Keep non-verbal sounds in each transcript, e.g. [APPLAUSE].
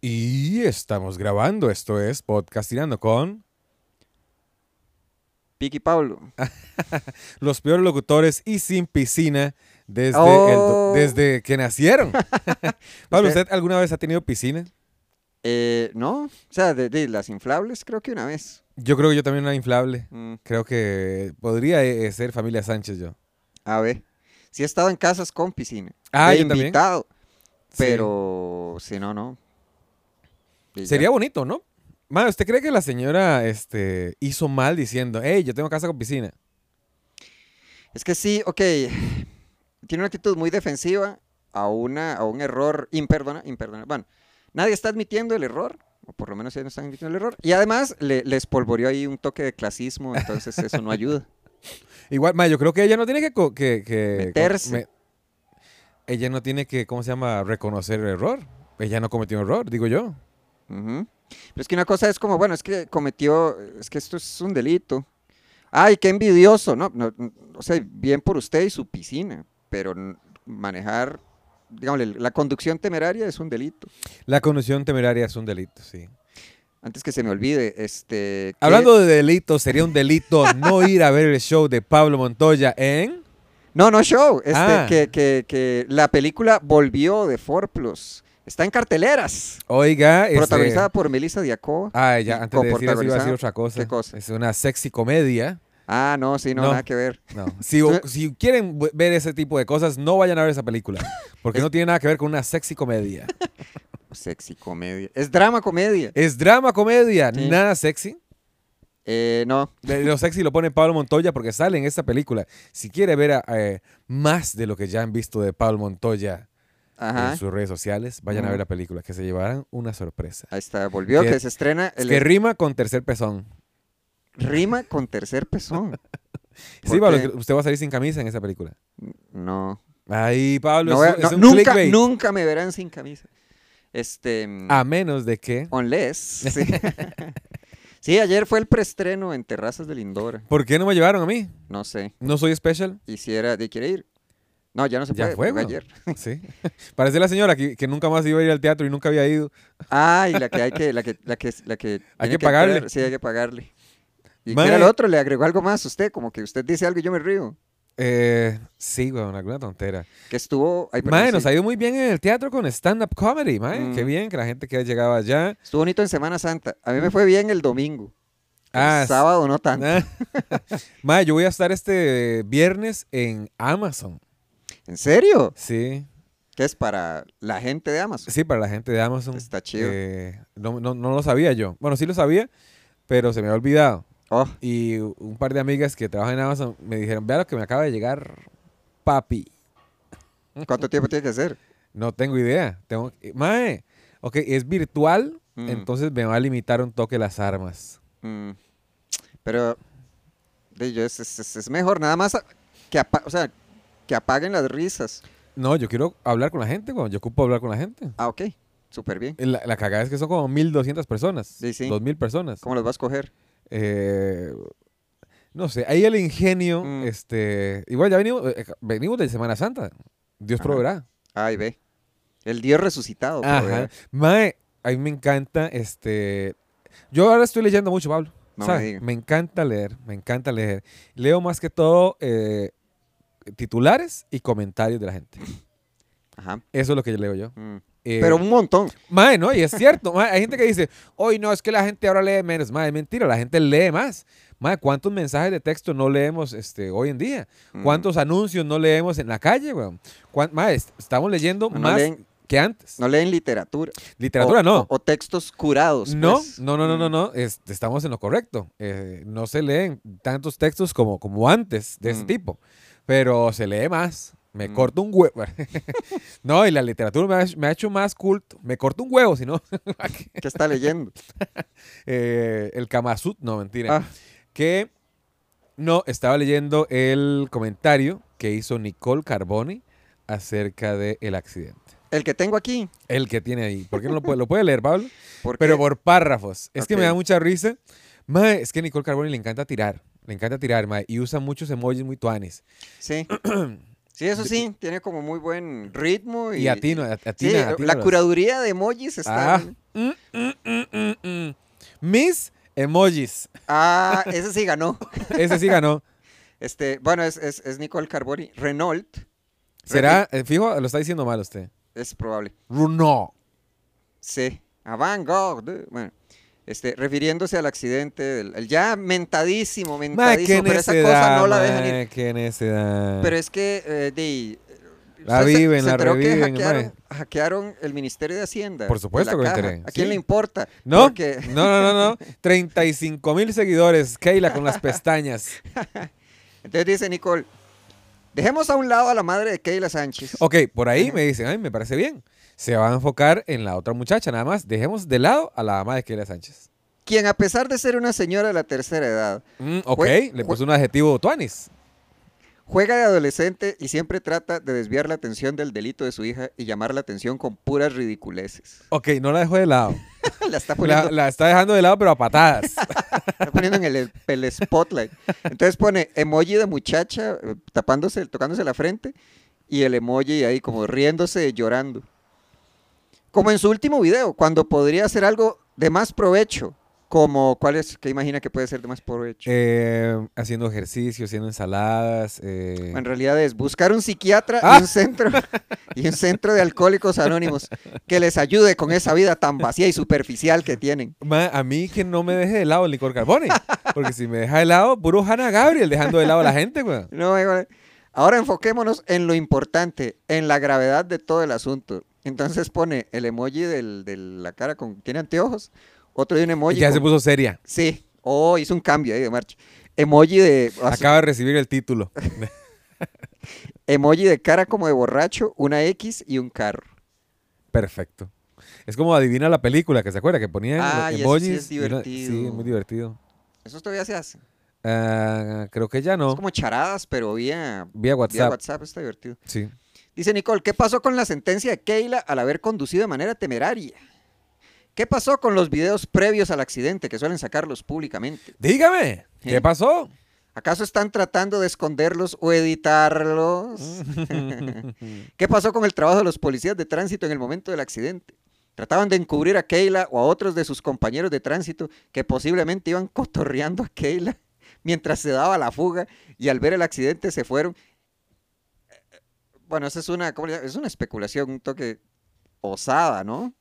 Y estamos grabando, esto es Podcastinando con Piqui Pablo. Ah. los peores locutores y sin piscina desde, Oh. el- desde que [LAUGHS] nacieron. [LAUGHS] Pablo, Usted- ¿usted alguna vez ha tenido piscina? Eh, no, o sea, de, de las inflables creo que una vez. Yo creo que yo también una inflable. Mm, Creo que podría eh, ser familia Sánchez yo. a ver. Sí he estado en casas con piscina. Ah, de yo también. invitado. Sí. Pero si no, no. Y ya. Sería bonito, ¿no? Madre, ¿usted cree que la señora este, hizo mal diciendo, hey, yo tengo casa con piscina? Es que sí, ok. Tiene una actitud muy defensiva a, una, a un error imperdona, imperdonable. Bueno, nadie está admitiendo el error, o por lo menos ellos no están admitiendo el error. Y además le, le espolvoreó ahí un toque de clasismo, entonces eso no ayuda. Igual, madre, yo creo que ella no tiene que... co- que, que- co- Meterse. me- ella no tiene que, ¿cómo se llama? Reconocer el error. Ella no cometió un error, digo yo. Ujú. Pero es que una cosa es como, bueno, es que cometió, es que esto es un delito. Ay, qué envidioso, ¿no? no, n- o sea, bien por usted y su piscina, pero n- manejar, digamos, la conducción temeraria es un delito. La conducción temeraria es un delito, sí. Antes que se me olvide, este... ¿qué- Hablando de delitos, sería un [LAUGHS] delito no ir a ver el show de Pablo Montoya en... No, no show, este, Ah. que, que- que la película volvió de Forplus. Está en carteleras, Oiga, este- protagonizada por Melissa Diacova. Ah, ya, y antes de decir eso iba a decir coprotagonizada- otra cosa. ¿Qué cosa? Es una sexy comedia. Ah, no, sí, no, No. nada que ver. [LAUGHS] No. Si, si quieren bu- ver ese tipo de cosas, no vayan a ver esa película. Porque no tiene nada que ver con una sexy comedia. Sexy comedia. Es drama comedia. Es drama comedia, Sí. nada sexy. Eh, no, De- Lo sexy lo pone Pablo Montoya porque sale en esta película. Si quiere ver eh, más de lo que ya han visto de Pablo Montoya ajá. en sus redes sociales, vayan a Ujú. ver la película, que se llevarán una sorpresa. Ahí está, volvió, Que- que, se estrena. Es el- que rima con tercer pezón. Rima con tercer pezón. Sí, ¿Por Pablo, qué? que usted va a salir sin camisa en esa película. No. Ay, Pablo, no es, voy un- a- es no, un nunca, clickbait. nunca me verán sin camisa. Este. mm, A menos de que... [LAUGHS] Unless. Sí. Sí, ayer fue el preestreno en Terrazas de Lindora. ¿Por qué no me llevaron a mí? No sé. ¿No soy especial? Hiciera. ¿De quiere ir? No, ya no se Ya puede. fue, fue weón. ayer. Sí. [LAUGHS] Parece la señora que, que nunca más iba a ir al teatro y nunca había ido. Ay, Ah, la que hay que. La que, la que, la que Hay tiene que pagarle. entrar, Sí, hay que pagarle. ¿Y Mae. qué era el otro? Le agregó algo más a usted, como que usted dice algo y yo me río. Eh, sí, weón, alguna tontera. Que estuvo. ay, perdón, Mae, nos sí. ha ido muy bien en el teatro con stand-up comedy, mae. Qué Mm. bien que la gente que llegaba allá. Estuvo bonito en Semana Santa. A mí me fue bien el domingo. El Ah, s- [LAUGHS] sábado no tanto. Ah. mae, yo voy a estar este viernes en Amazon. ¿En serio? Sí, Que es para la gente de Amazon. sí, para la gente de Amazon. Está chido. Eh, no, no- no lo sabía yo. Bueno, sí lo sabía, pero se me había olvidado. Oh, Y un par de amigas que trabajan en Amazon me dijeron, vea lo que me acaba de llegar, papi. ¿cuánto tiempo tiene que ser? No tengo idea. Tengo... eh, Mae, ok, es virtual, Mm. entonces me va a limitar un toque las armas. Mm, Pero de yo, es, es- es- es mejor nada más a- que, apa- o sea, que apaguen las risas. No, yo quiero hablar con la gente, cuando yo ocupo hablar con la gente. Ah, ok. Súper bien. La, la cagada es que son como 1200 personas. Sí, sí. 2000 personas. ¿Cómo los vas a coger? Eh, no sé, ahí el ingenio, Mm. este... Igual ya venimos, eh, venimos de Semana Santa. Dios Ajá. proveerá. Ay, ve. El Dios resucitado. por Ajá. ver. Mae, a mí me encanta, este... Yo ahora estoy leyendo mucho, Pablo. No ¿Sabe? me diga. encanta leer, me encanta leer. Leo más que todo eh, titulares y comentarios de la gente. Ajá. Eso es lo que yo leo yo. mm. Eh, Pero un montón. mae, ¿no? Y es cierto. mae, hay gente que dice, hoy no, es que la gente ahora lee menos. Mae, es mentira, la gente lee más. Mae, ¿cuántos mensajes de texto no leemos este, hoy en día? Mm. ¿Cuántos anuncios no leemos en la calle, weón? ¿Cuán- mae, est- estamos leyendo No más leen- que antes. No leen literatura. Literatura O- no. O, o textos curados. No, pues. no, no, no, no, Mm, no, es- estamos en lo correcto. Eh, no se leen tantos textos como, como antes de ese Mm. tipo, pero se lee más. Me Mm. corto un huevo. [LAUGHS] no, y la literatura me ha, me ha hecho más culto. Me corto un huevo, si no. ¿Qué está leyendo? Eh, el Kamasut, no, mentira. Ah. Que no, estaba leyendo el comentario que hizo Nicole Carboni acerca del accidente. El que tengo aquí. El que tiene ahí. ¿Por qué no lo puede, lo puede leer, [LAUGHS] Pablo? Porque, Pero por párrafos. Es que me Ok. da mucha risa. Mae, es que Nicole [CLEARS THROAT] Carboni le encanta tirar. Le encanta tirar, mae. Y usa muchos emojis muy tuanes. sí, Sí, eso sí, tiene como muy buen ritmo. Y, Y atino, at- Sí, atina, atina la los- curaduría de emojis está. Ah, mm, mm, mm, mm, mm. Mis emojis. Ah, ese sí ganó. Ese sí [LAUGHS] ganó. Este, bueno, es, es, es Nicole Carboni. Renault Será, eh, fijo, lo está diciendo mal usted. es probable. Runo. Sí. Avant-garde. Bueno. Este, refiriéndose al accidente, del, el ya mentadísimo, Mae, qué mentadísimo, pero esa cosa necedad, no la dejan ir. mae, qué necedad. Pero es que, eh, de, La usted se- viven, se la enteró que reviven, hackearon, mae. hackearon el Ministerio de Hacienda. Por supuesto de la que me caja. enteré, ¿A quién sí. le importa? No, Porque- no, no, no, no. 35 mil seguidores, Keila con [LAUGHS] las pestañas. Entonces dice Nicole, dejemos a un lado a la madre de Keila Sánchez. Ok, por ahí me dicen, ay, me parece bien. Se va a enfocar en la otra muchacha, nada más. Dejemos de lado a la ama de Keila Sánchez. Quien a pesar de ser una señora de la tercera edad, Mm, ok, Jue- le puso un adjetivo tuanis. juega de adolescente y siempre trata de desviar la atención del delito de su hija y llamar la atención con puras ridiculeces. [LAUGHS] Ok, no la dejó de lado. la está poniendo, La, la está dejando de lado, pero a [LAUGHS] patadas. está poniendo en el, el spotlight. Entonces pone emoji de muchacha eh, tapándose, tocándose la frente y el emoji ahí como riéndose, llorando. Como en su último video, cuando podría hacer algo de más provecho. Como, ¿cuál es? ¿Qué imagina que puede ser de más provecho? Eh, haciendo ejercicio, haciendo ensaladas. eh. En realidad es buscar un psiquiatra Ah. y, un centro, [LAUGHS] y un centro de alcohólicos anónimos que les ayude con esa vida tan vacía y superficial que tienen. Ma, a mí que no me deje de lado el licor carbone. Porque si me deja de lado, puro Hannah Gabriel dejando de lado a la gente, weón. No, eh, bueno. Ahora enfoquémonos en lo importante, en la gravedad de todo el asunto. Entonces pone el emoji del- de la cara con tiene anteojos, otro de un Y emoji. ya se con- puso seria. Sí, oh, hizo un cambio ahí de marcha. Emoji de Acaba de recibir el título. emoji de cara como de borracho, una X y un carro. Perfecto. Es como adivina la película, que se acuerda, que ponían Ah, los y eso sí emojis es y una- sí, divertido. muy divertido. Eso todavía se hace. Ah, creo que ya no. Es como charadas, pero vía Vía WhatsApp. Vía WhatsApp está divertido. Sí. Dice Nicole, ¿qué pasó con la sentencia de Keila al haber conducido de manera temeraria? ¿Qué pasó con los videos previos al accidente que suelen sacarlos públicamente? Dígame, ¿qué Sí. [LAUGHS] pasó? ¿Acaso están tratando de esconderlos [LAUGHS] o editarlos? ¿Qué pasó con el trabajo de los policías de tránsito en el momento del accidente? Trataban de encubrir a Keila o a otros de sus compañeros de tránsito que posiblemente iban cotorreando a Keila [LAUGHS] mientras se daba la fuga y al ver el accidente se fueron. Eh, Bueno, esa es una, ¿cómo le llama? es una especulación, un toque osada, ¿no?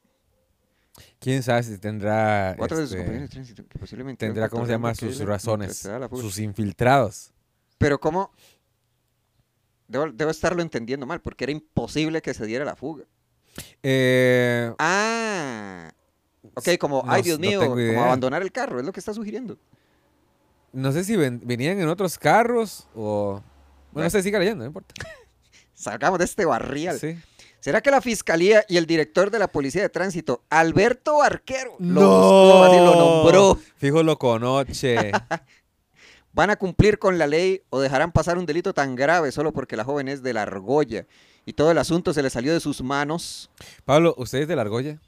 ¿Quién sabe si tendrá... Otros de sus este, compañeros de tránsito que posiblemente iban tendrá, ¿cómo se cotorreando llama? a Sus Keila mientras razones, se daba la fuga. sus infiltrados. Pero ¿cómo? Debo, debo estarlo entendiendo mal, porque era imposible que se diera la fuga. Eh, Ah. Ok, como, No ay s- Dios no mío, tengo como idea. abandonar el carro, es lo que está sugiriendo. no sé si ven- venían en otros carros o... Bueno, no sé, siga leyendo, no importa. Salgamos de este barrial. Sí. ¿Será que la fiscalía y el director de la policía de tránsito, Alberto Barquero, lo ¡No! buscó, así lo nombró? Fijo lo [LAUGHS] conoche. ¿Van a cumplir con la ley o dejarán pasar un delito tan grave solo porque la joven es de la argolla y todo el asunto se le salió de sus manos? Pablo, ¿usted es de la argolla?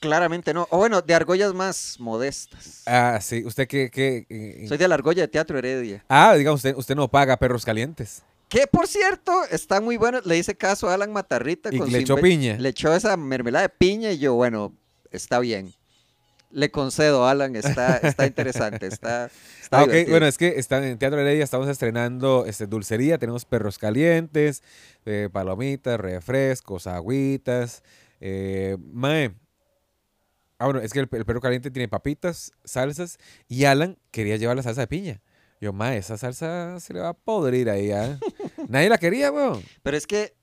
Claramente no. O bueno, de argollas más modestas. Ah, sí. ¿Usted qué? qué eh, Soy de la argolla de Teatro Heredia. Ah, diga usted, usted no paga perros calientes. Que por cierto, está muy bueno. Le hice caso a Alan Matarrita. Y con le su echó inven- piña. Le echó esa mermelada de piña y yo, bueno, está bien. Le concedo, Alan, está, está interesante, está, está [LAUGHS] Ah, ok, divertido. bueno, es que están en Teatro Heredia estamos estrenando este, dulcería, tenemos perros calientes, eh, palomitas, refrescos, agüitas. Eh, mae. Ah, bueno, es que el, el perro caliente tiene papitas, salsas, y Alan quería llevar la salsa de piña. Yo, mae, esa salsa se le va a podrir ahí, ¿ah?". Nadie la quería, weón. Pero es que,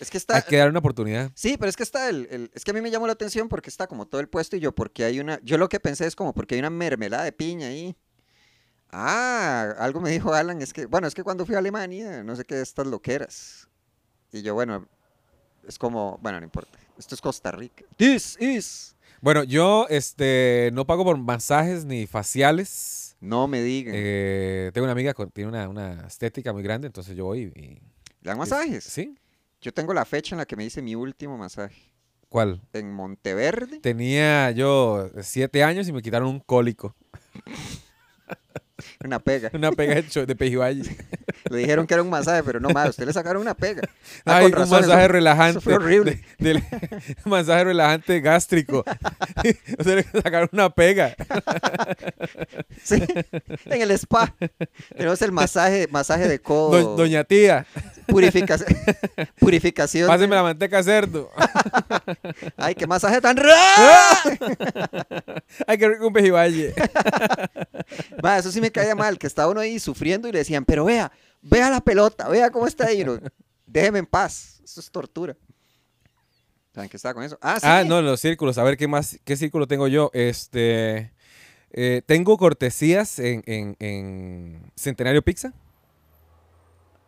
es que Hay está... que dar una oportunidad. Sí, pero es que está el, el- Es que a mí me llamó la atención porque está como todo el puesto y yo, porque hay una... Yo lo que pensé es como, porque hay una mermelada de piña ahí. Ah, algo me dijo Alan, es que... Bueno, es que cuando fui a Alemania, no sé qué, estas loqueras. Y yo, bueno, es como... Bueno, no importa. Esto es Costa Rica. This is... Bueno, yo este, no pago por masajes ni faciales. No me digan. Eh, tengo una amiga que tiene una, una estética muy grande, entonces yo voy y... y- ¿Le dan masajes? ¿Sí? Yo tengo la fecha en la que me hice mi último masaje. ¿Cuál? En Monteverde. Tenía yo siete años y me quitaron un cólico, Una pega. una pega de cho- de pejibaye. Le dijeron que era un masaje, pero no más, usted le sacaron una pega. [LAUGHS] Ah, Ay, con un razón, masaje eso- relajante. fue [LAUGHS] horrible. de- [LAUGHS] del- masaje relajante gástrico. [LAUGHS] o sea, le sacaron una pega. Sí, en el spa. Tenemos el masaje, masaje de codo. Do- doña tía, Purificación. [LAUGHS] purificación. páseme la manteca de cerdo. [LAUGHS] Ay, qué masaje tan ¡Ah! raro. Ay, qué rico un pejibaye. [LAUGHS] Ah, Va, eso sí me caía mal, que estaba uno ahí sufriendo y le decían, pero vea, vea la pelota, vea cómo está ahí. Y uno, Déjeme en paz, eso es tortura. ¿Saben qué estaba con eso? Ah, sí. Ah, no, los círculos. A ver, ¿qué más? ¿Qué círculo tengo yo? Este. eh, tengo cortesías en, en- en Centenario Pizza.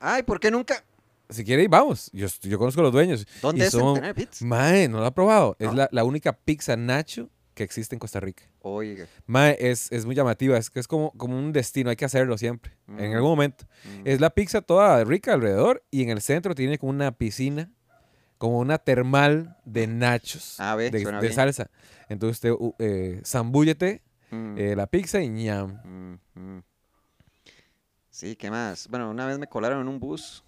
Ay, ¿por qué nunca? Si quiere, vamos. Yo, est- yo conozco los dueños. ¿Dónde Y es son- Centenario Pizza? Mae, no lo ha probado. Es No. la, la única pizza nacho que existe en Costa Rica. Oiga. Mae, es, es muy llamativa. Es que es como, como un destino. Hay que hacerlo siempre. En Mm. algún momento. mm. Es la pizza toda rica alrededor. Y en el centro tiene como una piscina. Como una termal de nachos. Ah, ve, de, suena de bien. salsa. Entonces usted uh, eh, zambúllete Mm, eh, la pizza y ñam. mm, mm. Sí, ¿qué más? Bueno, una vez me colaron en un bus.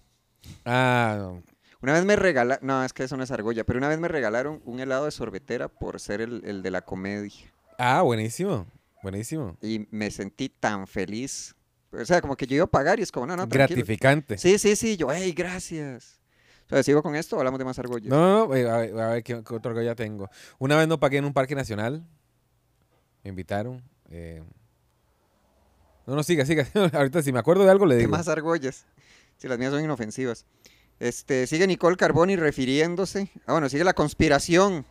Ah, no. Una vez me regalaron, no, es que eso no es argolla, pero una vez me regalaron un helado de sorbetera por ser el, el de la comedia. Ah, buenísimo. Buenísimo. Y me sentí tan feliz. O sea, como que yo iba a pagar y es como, no, no, tranquilo. Gratificante. Sí, sí, sí, yo, hey, gracias. O sea, sigo con esto, o hablamos de más argollas. No, no, no, eh, a ver, a ver qué, qué otro que ya tengo. Una vez no pagué en un parque nacional. Me invitaron. eh. No, no, siga, siga. [LAUGHS] Ahorita si me acuerdo de algo le ¿Qué digo. más argollas? Si las mías son inofensivas. Este, sigue Nicole Carboni refiriéndose. Ah, bueno, sigue la conspiración.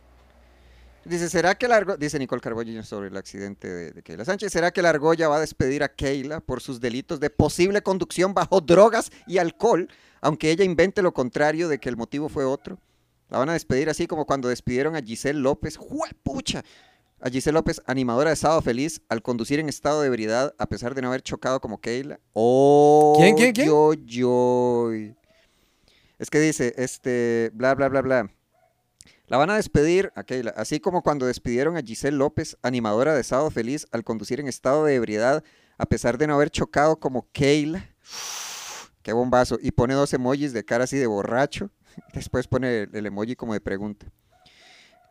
Dice, ¿será que la argolla, dice Nicole Carboni sobre el accidente de, de Keila Sánchez, ¿será que la argolla va a despedir a Keila por sus delitos de posible conducción bajo drogas y alcohol, aunque ella invente lo contrario de que el motivo fue otro? La van a despedir así como cuando despidieron a Giselle López. ¡Juepucha! A Giselle López, animadora de Sábado Feliz, al conducir en estado de ebriedad, a pesar de no haber chocado como Keila. ¡Oh! ¿Quién, quién, quién? Yo, yo. Es que dice, este, bla, bla, bla, bla. La van a despedir a Keila, así como cuando despidieron a Giselle López, animadora de Sábado Feliz, al conducir en estado de ebriedad, a pesar de no haber chocado como Keila. Qué bombazo. Y pone dos emojis de cara así de borracho. [LAUGHS] Después pone el, el emoji como de pregunta.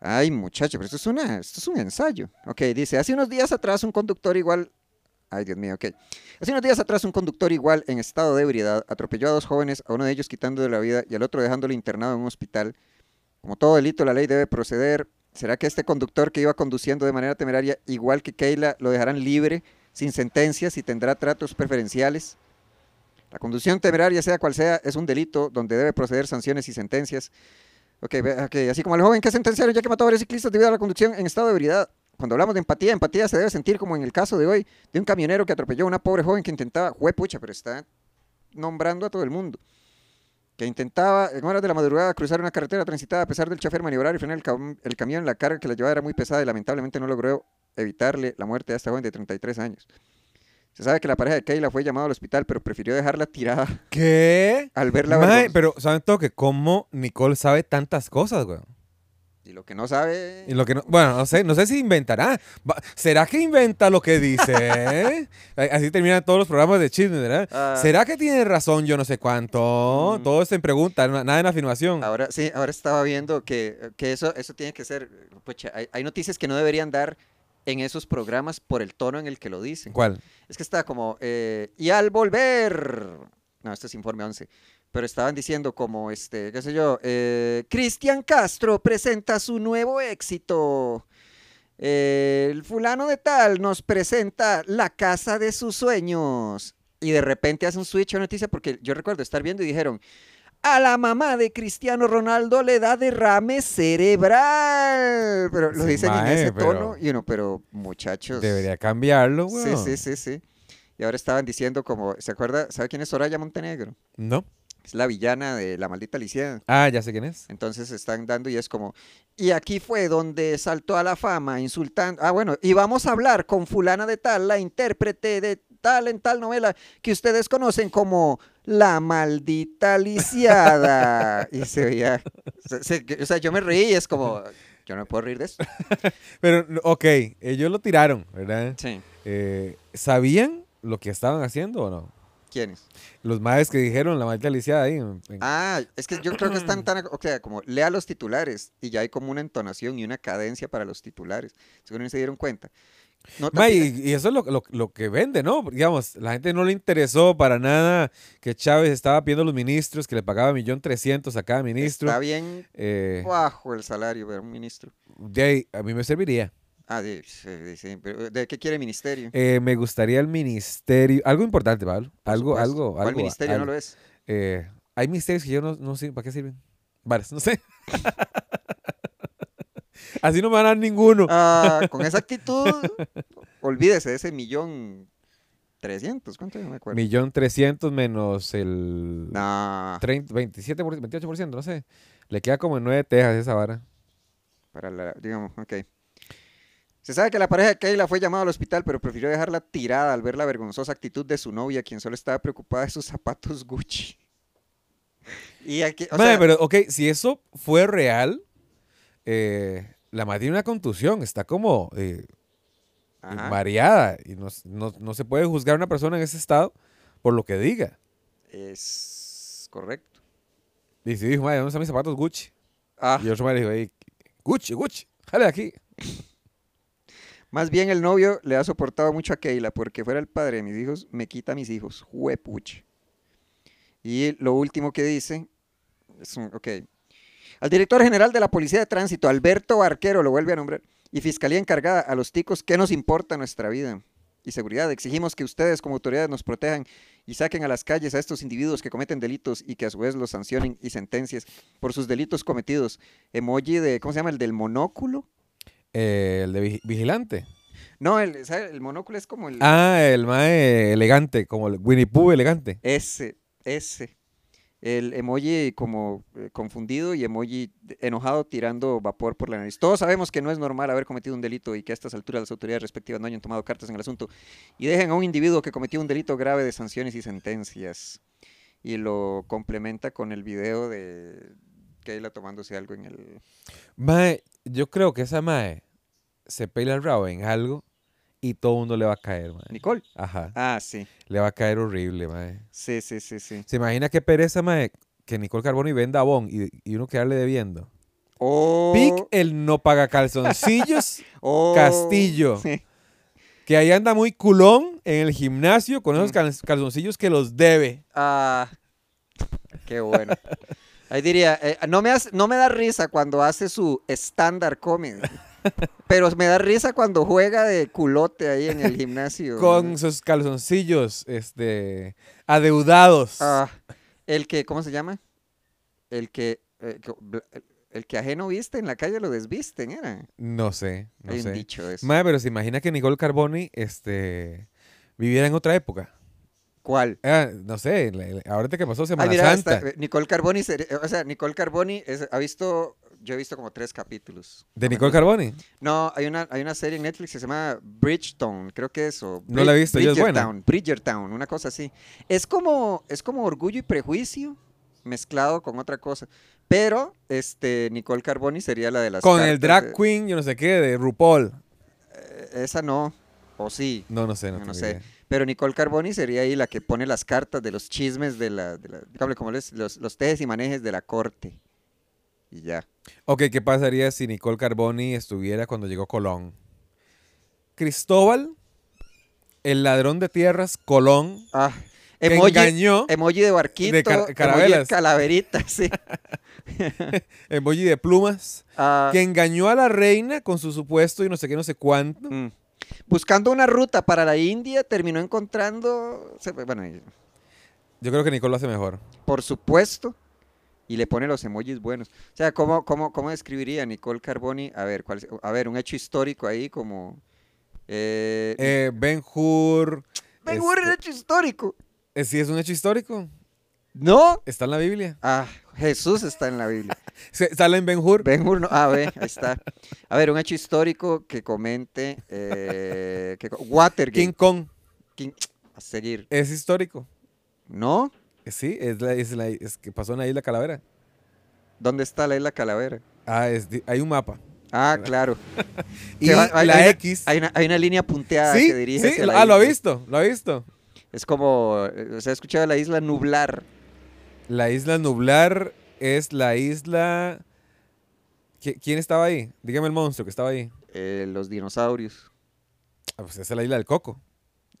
Ay, muchacho, pero esto es, una, esto es un ensayo. Ok, dice, hace unos días atrás un conductor igual... Ay, Dios mío, ok. Hace unos días atrás un conductor igual en estado de ebriedad atropelló a dos jóvenes, a uno de ellos quitándole la vida y al otro dejándolo internado en un hospital. Como todo delito, la ley debe proceder. ¿Será que este conductor que iba conduciendo de manera temeraria, igual que Keila, lo dejarán libre, sin sentencias y tendrá tratos preferenciales? La conducción temeraria, sea cual sea, es un delito donde debe proceder sanciones y sentencias. Ok, ve- ok, así como el joven que sentenciaron ya que mató a varios ciclistas debido a la conducción en estado de ebriedad. Cuando hablamos de empatía, empatía se debe sentir como en el caso de hoy de un camionero que atropelló a una pobre joven que intentaba, pucha, pero está nombrando a todo el mundo, que intentaba en horas de la madrugada cruzar una carretera transitada a pesar del chofer maniobrar y frenar el, cam- el camión. La carga que la llevaba era muy pesada y lamentablemente no logró evitarle la muerte a esta joven de 33 años. Se sabe que la pareja de Keila fue llamada al hospital, pero prefirió dejarla tirada ¿Qué? al ver la Mae, vergüenza. pero ¿saben todo que cómo Nicole sabe tantas cosas, güey? Y lo que no sabe... Y lo que no- bueno, no sé, no sé si inventará. Va- ¿Será que inventa lo que dice? [LAUGHS] eh? Así terminan todos los programas de chisme, ¿verdad? Ah. ¿Será que tiene razón yo no sé cuánto? Mm. Ah, Todo es en pregunta, na- nada en afirmación. Ahora sí, ahora estaba viendo que, que eso, eso tiene que ser. pucha, hay, hay noticias que no deberían dar en esos programas por el tono en el que lo dicen. ¿Cuál? Es que está como. eh, y al volver. No, este es informe 11. Pero estaban diciendo como, este, qué sé yo, eh, Cristian Castro presenta su nuevo éxito. Eh, el fulano de tal nos presenta la casa de sus sueños. Y de repente hace un switch a noticia porque yo recuerdo estar viendo y dijeron, a la mamá de Cristiano Ronaldo le da derrame cerebral. Pero lo Sí, dicen mae, en ese pero- tono y uno, pero muchachos. Debería cambiarlo, güey. Sí, sí, sí, sí. Y ahora estaban diciendo como, ¿se acuerda? ¿Sabe quién es Soraya Montenegro? ¿No? Es la villana de La Maldita Lisiada. Ah, ya sé quién es. Entonces están dando y es como, y aquí fue donde saltó a la fama insultando. Ah, bueno, y vamos a hablar con fulana de tal, la intérprete de tal en tal novela que ustedes conocen como La Maldita Lisiada. y se veía, se- se- o sea, yo me reí y es como, yo no me puedo reír de eso. Pero, ok, ellos lo tiraron, ¿verdad? Sí. Eh, ¿Sabían lo que estaban haciendo o no? ¿Quiénes? Los madres que dijeron, la maldita lisiada ahí. en- en- Ah, es que yo creo [CLEARS THROAT] que están tan, o sea, como lea los titulares y ya hay como una entonación y una cadencia para los titulares. Seguro no se dieron cuenta. No te Ma, pidas- y, y eso es lo, lo- lo que vende, ¿no? Porque, Digamos, la gente no le interesó para nada que Chávez estaba pidiendo a los ministros que le pagaba 1.300.000 a cada ministro. Está bien Eh, bajo el salario de un ministro. de ahí, a mí me serviría. Ah, de, sí, sí, pero ¿de qué quiere ministerio? Eh, me gustaría el ministerio. Algo importante, Pablo. Por Algo, supuesto. algo, ¿Cuál algo. ministerio no algo. lo es? Eh, hay misterios que yo no, no sé para qué sirven. Varios, no sé. [LAUGHS] Así no me van a dar ninguno. Ah, con [LAUGHS] esa actitud, olvídese de ese millón trescientos, ¿cuánto no me acuerdo? Millón trescientos menos el No, 30, 27, por- 28%, no sé. Le queda como en nueve tejas esa vara. para la, digamos, ok. Se sabe que la pareja de Kayla fue llamada al hospital, pero prefirió dejarla tirada al ver la vergonzosa actitud de su novia, quien solo estaba preocupada de sus zapatos Gucci. [LAUGHS] Y aquí, o Madre, sea, pero ok, si eso fue real, eh, la madre tiene una contusión, está como eh, ajá. mareada y no, no- no se puede juzgar a una persona en ese estado por lo que diga. es correcto. Y si dijo, madre, ¿dónde están mis zapatos Gucci? Ah. Y el otro madre dijo, "Ey, Gucci, Gucci, jale de aquí. Más bien el novio le ha soportado mucho a Keila porque fuera el padre de mis hijos, me quita a mis hijos. Juepuche. Y lo último que dice, es un- ok. Al director general de la Policía de Tránsito, Alberto Barquero, lo vuelve a nombrar, y Fiscalía encargada a los ticos, ¿qué nos importa nuestra vida? Y seguridad, exigimos que ustedes como autoridades nos protejan y saquen a las calles a estos individuos que cometen delitos y que a su vez los sancionen y sentencias por sus delitos cometidos. Emoji de, ¿cómo se llama? El del monóculo. Eh, el de vigi- vigilante. No, el, ¿sabe? el monóculo es como el... Ah, el más elegante, como el Winnie Pooh elegante. Ese, ese. El emoji como eh, confundido y emoji de- enojado tirando vapor por la nariz. Todos sabemos que no es normal haber cometido un delito y que a estas alturas las autoridades respectivas no hayan tomado cartas en el asunto y dejen a un individuo que cometió un delito grave de sanciones y sentencias. Y lo complementa con el video de Keila tomándose algo en el... Mae, yo creo que esa mae se pela el rabo en algo y todo el mundo le va a caer, mae. Nicole. Ajá, Ah, sí. le va a caer horrible, mae. Sí, sí, sí, sí. ¿Se imagina qué pereza, mae, que Nicole Carboni venda Bon y, y uno quedarle debiendo? O... Pic el no paga [LAUGHS] calzoncillos, o- Castillo. oh. Sí. que ahí anda muy culón en el gimnasio con esos Mm. cal- calzoncillos que los debe. Ah, qué bueno. Ahí diría, eh, no, me hace- no me da risa cuando hace su estándar comedy, pero me da risa cuando juega de culote ahí en el gimnasio. Con sus calzoncillos, este, adeudados. Ah, el que, ¿cómo se llama? El que, eh, que- bla- el que ajeno viste en la calle lo desvisten, ¿era? No sé, no Hay un sé. dicho de eso. Mae, pero se imagina que Nicole Carboni este, viviera en otra época. ¿Cuál? Ah, no sé, le- le- ahorita que pasó Ah, Semana mira, Santa. está- Nicole Carboni, se- o sea, Nicole Carboni es- ha visto, yo he visto como tres capítulos. ¿De Nicole Carboni? No, hay una, hay una serie en Netflix que se llama Bridgetown, creo que eso. No la he visto, ¿y es buena? Bridgertown, Bridgertown, una cosa así. Es como, es como orgullo y prejuicio mezclado con otra cosa. Pero, este, Nicole Carboni sería la de las Con el cartas drag de- queen, yo no sé qué, de RuPaul. eh, Esa no, o sí. No, no sé, no, No, no tengo sé. idea. Pero Nicole Carboni sería ahí la que pone las cartas de los chismes de la, de la- dígame, como les- los, los tejes y manejes de la corte. Y ya. Ok, ¿qué pasaría si Nicole Carboni estuviera cuando llegó Colón? Cristóbal, el ladrón de tierras, Colón, Ah, que emoji, em engañó, emoji de barquito, De ca- emoji carabelas. calaverita, [LAUGHS] sí. emoji de plumas, Ah, que engañó a la reina con su supuesto y no sé qué, no sé cuánto. Mm. Buscando una ruta para la India, terminó encontrando, se- bueno, y- Yo creo que Nicole lo hace mejor. por supuesto, y le pone los emojis buenos. O sea, ¿cómo, cómo, cómo describiría Nicole Carboni? A ver, ¿cuál, es- a ver, un hecho histórico ahí como... Eh, Eh, ben Hur. Ben Hur, un este, hecho histórico. eh, sí, es un hecho histórico. No. Está en la Biblia. Ah, Jesús está en la Biblia. Se- sale en Ben Hur. Ben Hur, no. Ah, ve, ahí está. A ver, un hecho histórico que comente... Eh, que, co- King Watergate. Kong King- a seguir. es histórico. Eh, ¿No? Sí, es, la, es, la- es que pasó en la isla Calavera. ¿Dónde está la isla Calavera? Ah, es di- hay un mapa. Ah, claro. Y Que va- hay- la hay una- X. Hay una, hay una línea punteada sí, que dirige. sí, hacia la ah, lo ha isla. visto, lo ha visto. Es como, eh, ¿se ha escuchado la isla nublar? La isla Nublar es la isla... ¿Qui- ¿Quién estaba ahí? Dígame el monstruo que estaba ahí. Eh, los dinosaurios. Ah, pues esa es la isla del coco.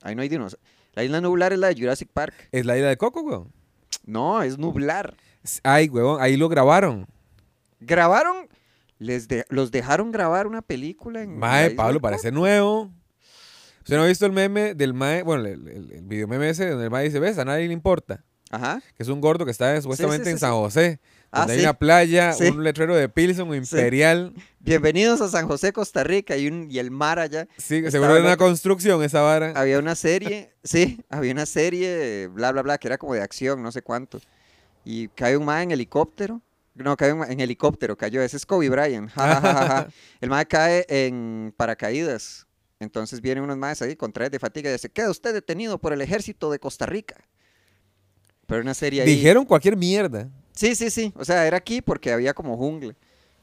Ahí no hay dinosaurios. La isla nublar es la de Jurassic Park. Es la isla del coco, weón. No, es nublar. S- Ay, weón, ahí lo grabaron. Grabaron, les de- los dejaron grabar una película en. la Mae, isla Pablo, del parece nuevo. ¿Usted no ha visto el meme del Mae? Bueno, el, el- el video meme ese donde el Mae dice, ves, a nadie le importa. Coco. Ajá. Que es un gordo que está supuestamente sí, en sí. San José. Ah, Donde hay sí. una playa, Sí. un letrero de Pilsen o Imperial. Bienvenidos a San José, Costa Rica y, un, y el mar allá. Sí, Estaba seguro era una loco. construcción esa vara. Había una serie, sí, [LAUGHS] había una serie, bla, bla, bla, que era como de acción, no sé cuánto. Y cae un mae en helicóptero. No, cae un mae- en helicóptero, cayó. Ese es Kobe Bryant. ja, ja, [LAUGHS] ja, ja. El mae cae en paracaídas. Entonces vienen unos maes ahí con trajes de fatiga y dice, queda usted detenido por el ejército de Costa Rica. Pero una serie ahí. Dijeron cualquier mierda. Sí, sí, sí. O sea, era aquí porque había como jungla.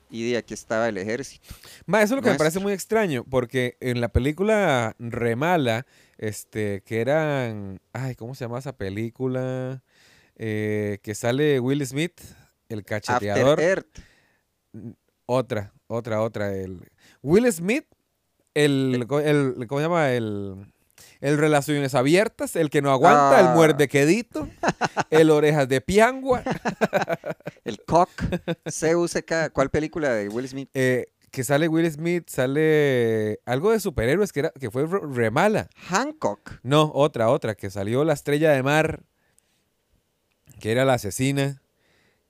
Y de aquí estaba el ejército. Ma, eso es lo que me parece Nuestro. muy extraño, porque en la película Remala, este, que eran, ay, ¿cómo se llama esa película? Eh, que sale Will Smith, el cacheteador. After Earth. Otra, otra, otra. El... Will Smith, Eh. el, co- el- ¿cómo se llama? El, el relaciones abiertas, el que no aguanta, el Ah. muerdequedito, el orejas de piangua, El [LAUGHS] Cock. C-U-C-K. ¿Cuál película de Will Smith? eh, que sale Will Smith, sale algo de superhéroes que, era, que fue Re- Remala. Hancock. No, otra, otra, que salió la estrella de mar, que era la asesina,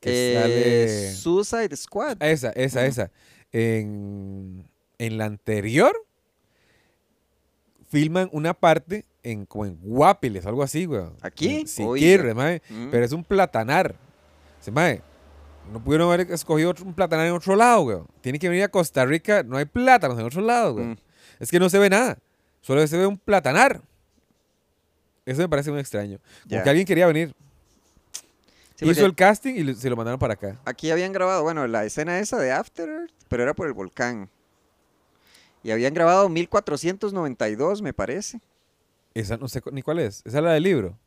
que eh, sale... Suicide Squad. Esa, esa, Ujú. esa. En, en la anterior, filman una parte en, como en Guapiles, algo así, weón. ¿Aquí? En Siquirres, Oiga. mae, Mm. Pero es un platanar. Se mae, no pudieron haber escogido otro- un platanar en otro lado, weón. Tiene que venir a Costa Rica, no hay plátanos en otro lado, weón. Mm. Es que no se ve nada. Solo se ve un platanar. Eso me parece muy extraño. Porque Ya. alguien quería venir. Hizo Sí, porque el casting y lo- se lo mandaron para acá. Aquí habían grabado, bueno, la escena esa de After Earth, pero era por el volcán. Y habían grabado 1492, me parece. Esa no sé cu- ni cuál es. Esa es la del libro.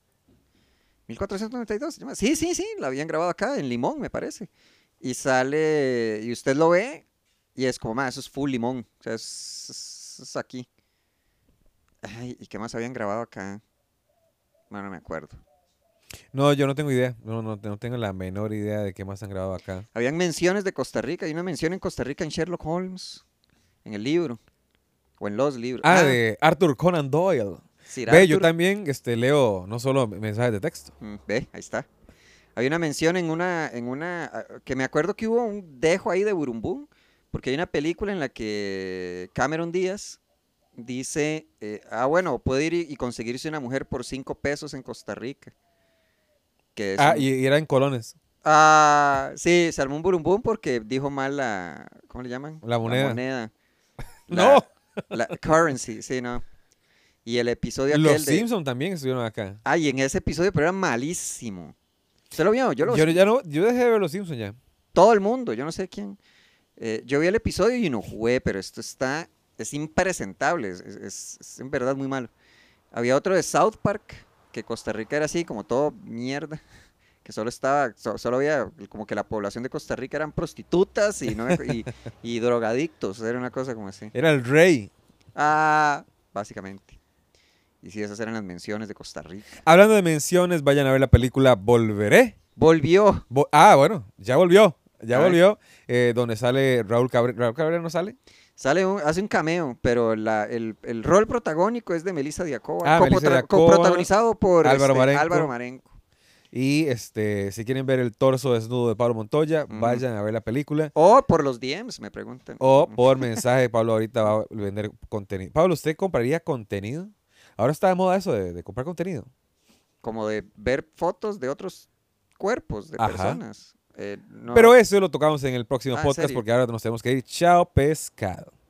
1492. se llama. Sí, sí, sí, la habían grabado acá, en Limón, me parece. Y sale, y usted lo ve, y es como, más, eso es full Limón. O sea, es, es- es aquí. Ay, ¿y qué más habían grabado acá? Bueno, no me acuerdo. No, yo no tengo idea. No, no, no tengo la menor idea de qué más han grabado acá. Habían menciones de Costa Rica. Hay una mención en Costa Rica en Sherlock Holmes, en el libro, o en los libros. Ah, de Arthur Conan Doyle. Sir Ve, yo Arthur. también este, leo no solo mensajes de texto. Mm, Ve, ahí está. Hay una mención en una, en una, ah, que me acuerdo que hubo un dejo ahí de Burumbum, porque hay una película en la que Cameron Díaz dice, eh, ah, bueno, puede ir y y conseguirse una mujer por cinco pesos en Costa Rica. Que es Ah, un- y, y era en Colones. Ah, sí, se armó un burumbum porque dijo mal la, ¿cómo le llaman? La moneda. [LAUGHS] La moneda. No. La, la currency, sí, no. Y el episodio Los aquel de... Simpson también estuvieron acá. Ay, en ese episodio, pero era malísimo. ¿Usted lo vio? Yo lo Yo, ya no, yo dejé de ver Los Simpson ya. todo el mundo, yo no sé quién. Eh, yo vi el episodio y no jugué, pero esto está, es impresentable, es, es- es- es en verdad muy malo. Había otro de South Park, que Costa Rica era así, como todo mierda, [LAUGHS] que solo estaba, so- solo había, como que la población de Costa Rica eran prostitutas y, no me acu- y, y drogadictos, era una cosa como así. Era el rey. Ah, básicamente. Y sí, esas eran las menciones de Costa Rica. Hablando de menciones, vayan a ver la película Volveré. Volvió. Vo- ah, bueno, ya volvió. Ya A ver. volvió. eh, donde sale Raúl Cabrera. ¿Raúl Cabrera no sale? Sale un- hace un cameo, pero la- el, el rol protagónico es de Melissa Diacova, Ah, Melissa copotra- Diacova, coprotagonizado por Álvaro este, Marenco. Álvaro Marenco. Y este, si quieren ver el torso desnudo de Pablo Montoya, Ujú. vayan a ver la película. O por los DMs, me preguntan. O [LAUGHS] por mensaje, Pablo ahorita va a vender contenido. Pablo, ¿usted compraría contenido? Ahora está de moda eso de, de comprar contenido. Como de ver fotos de otros cuerpos, de Ajá. personas. Eh, no- Pero eso lo tocamos en el próximo Ah, ¿en podcast serio? porque ahora nos tenemos que ir. Chao, pescado.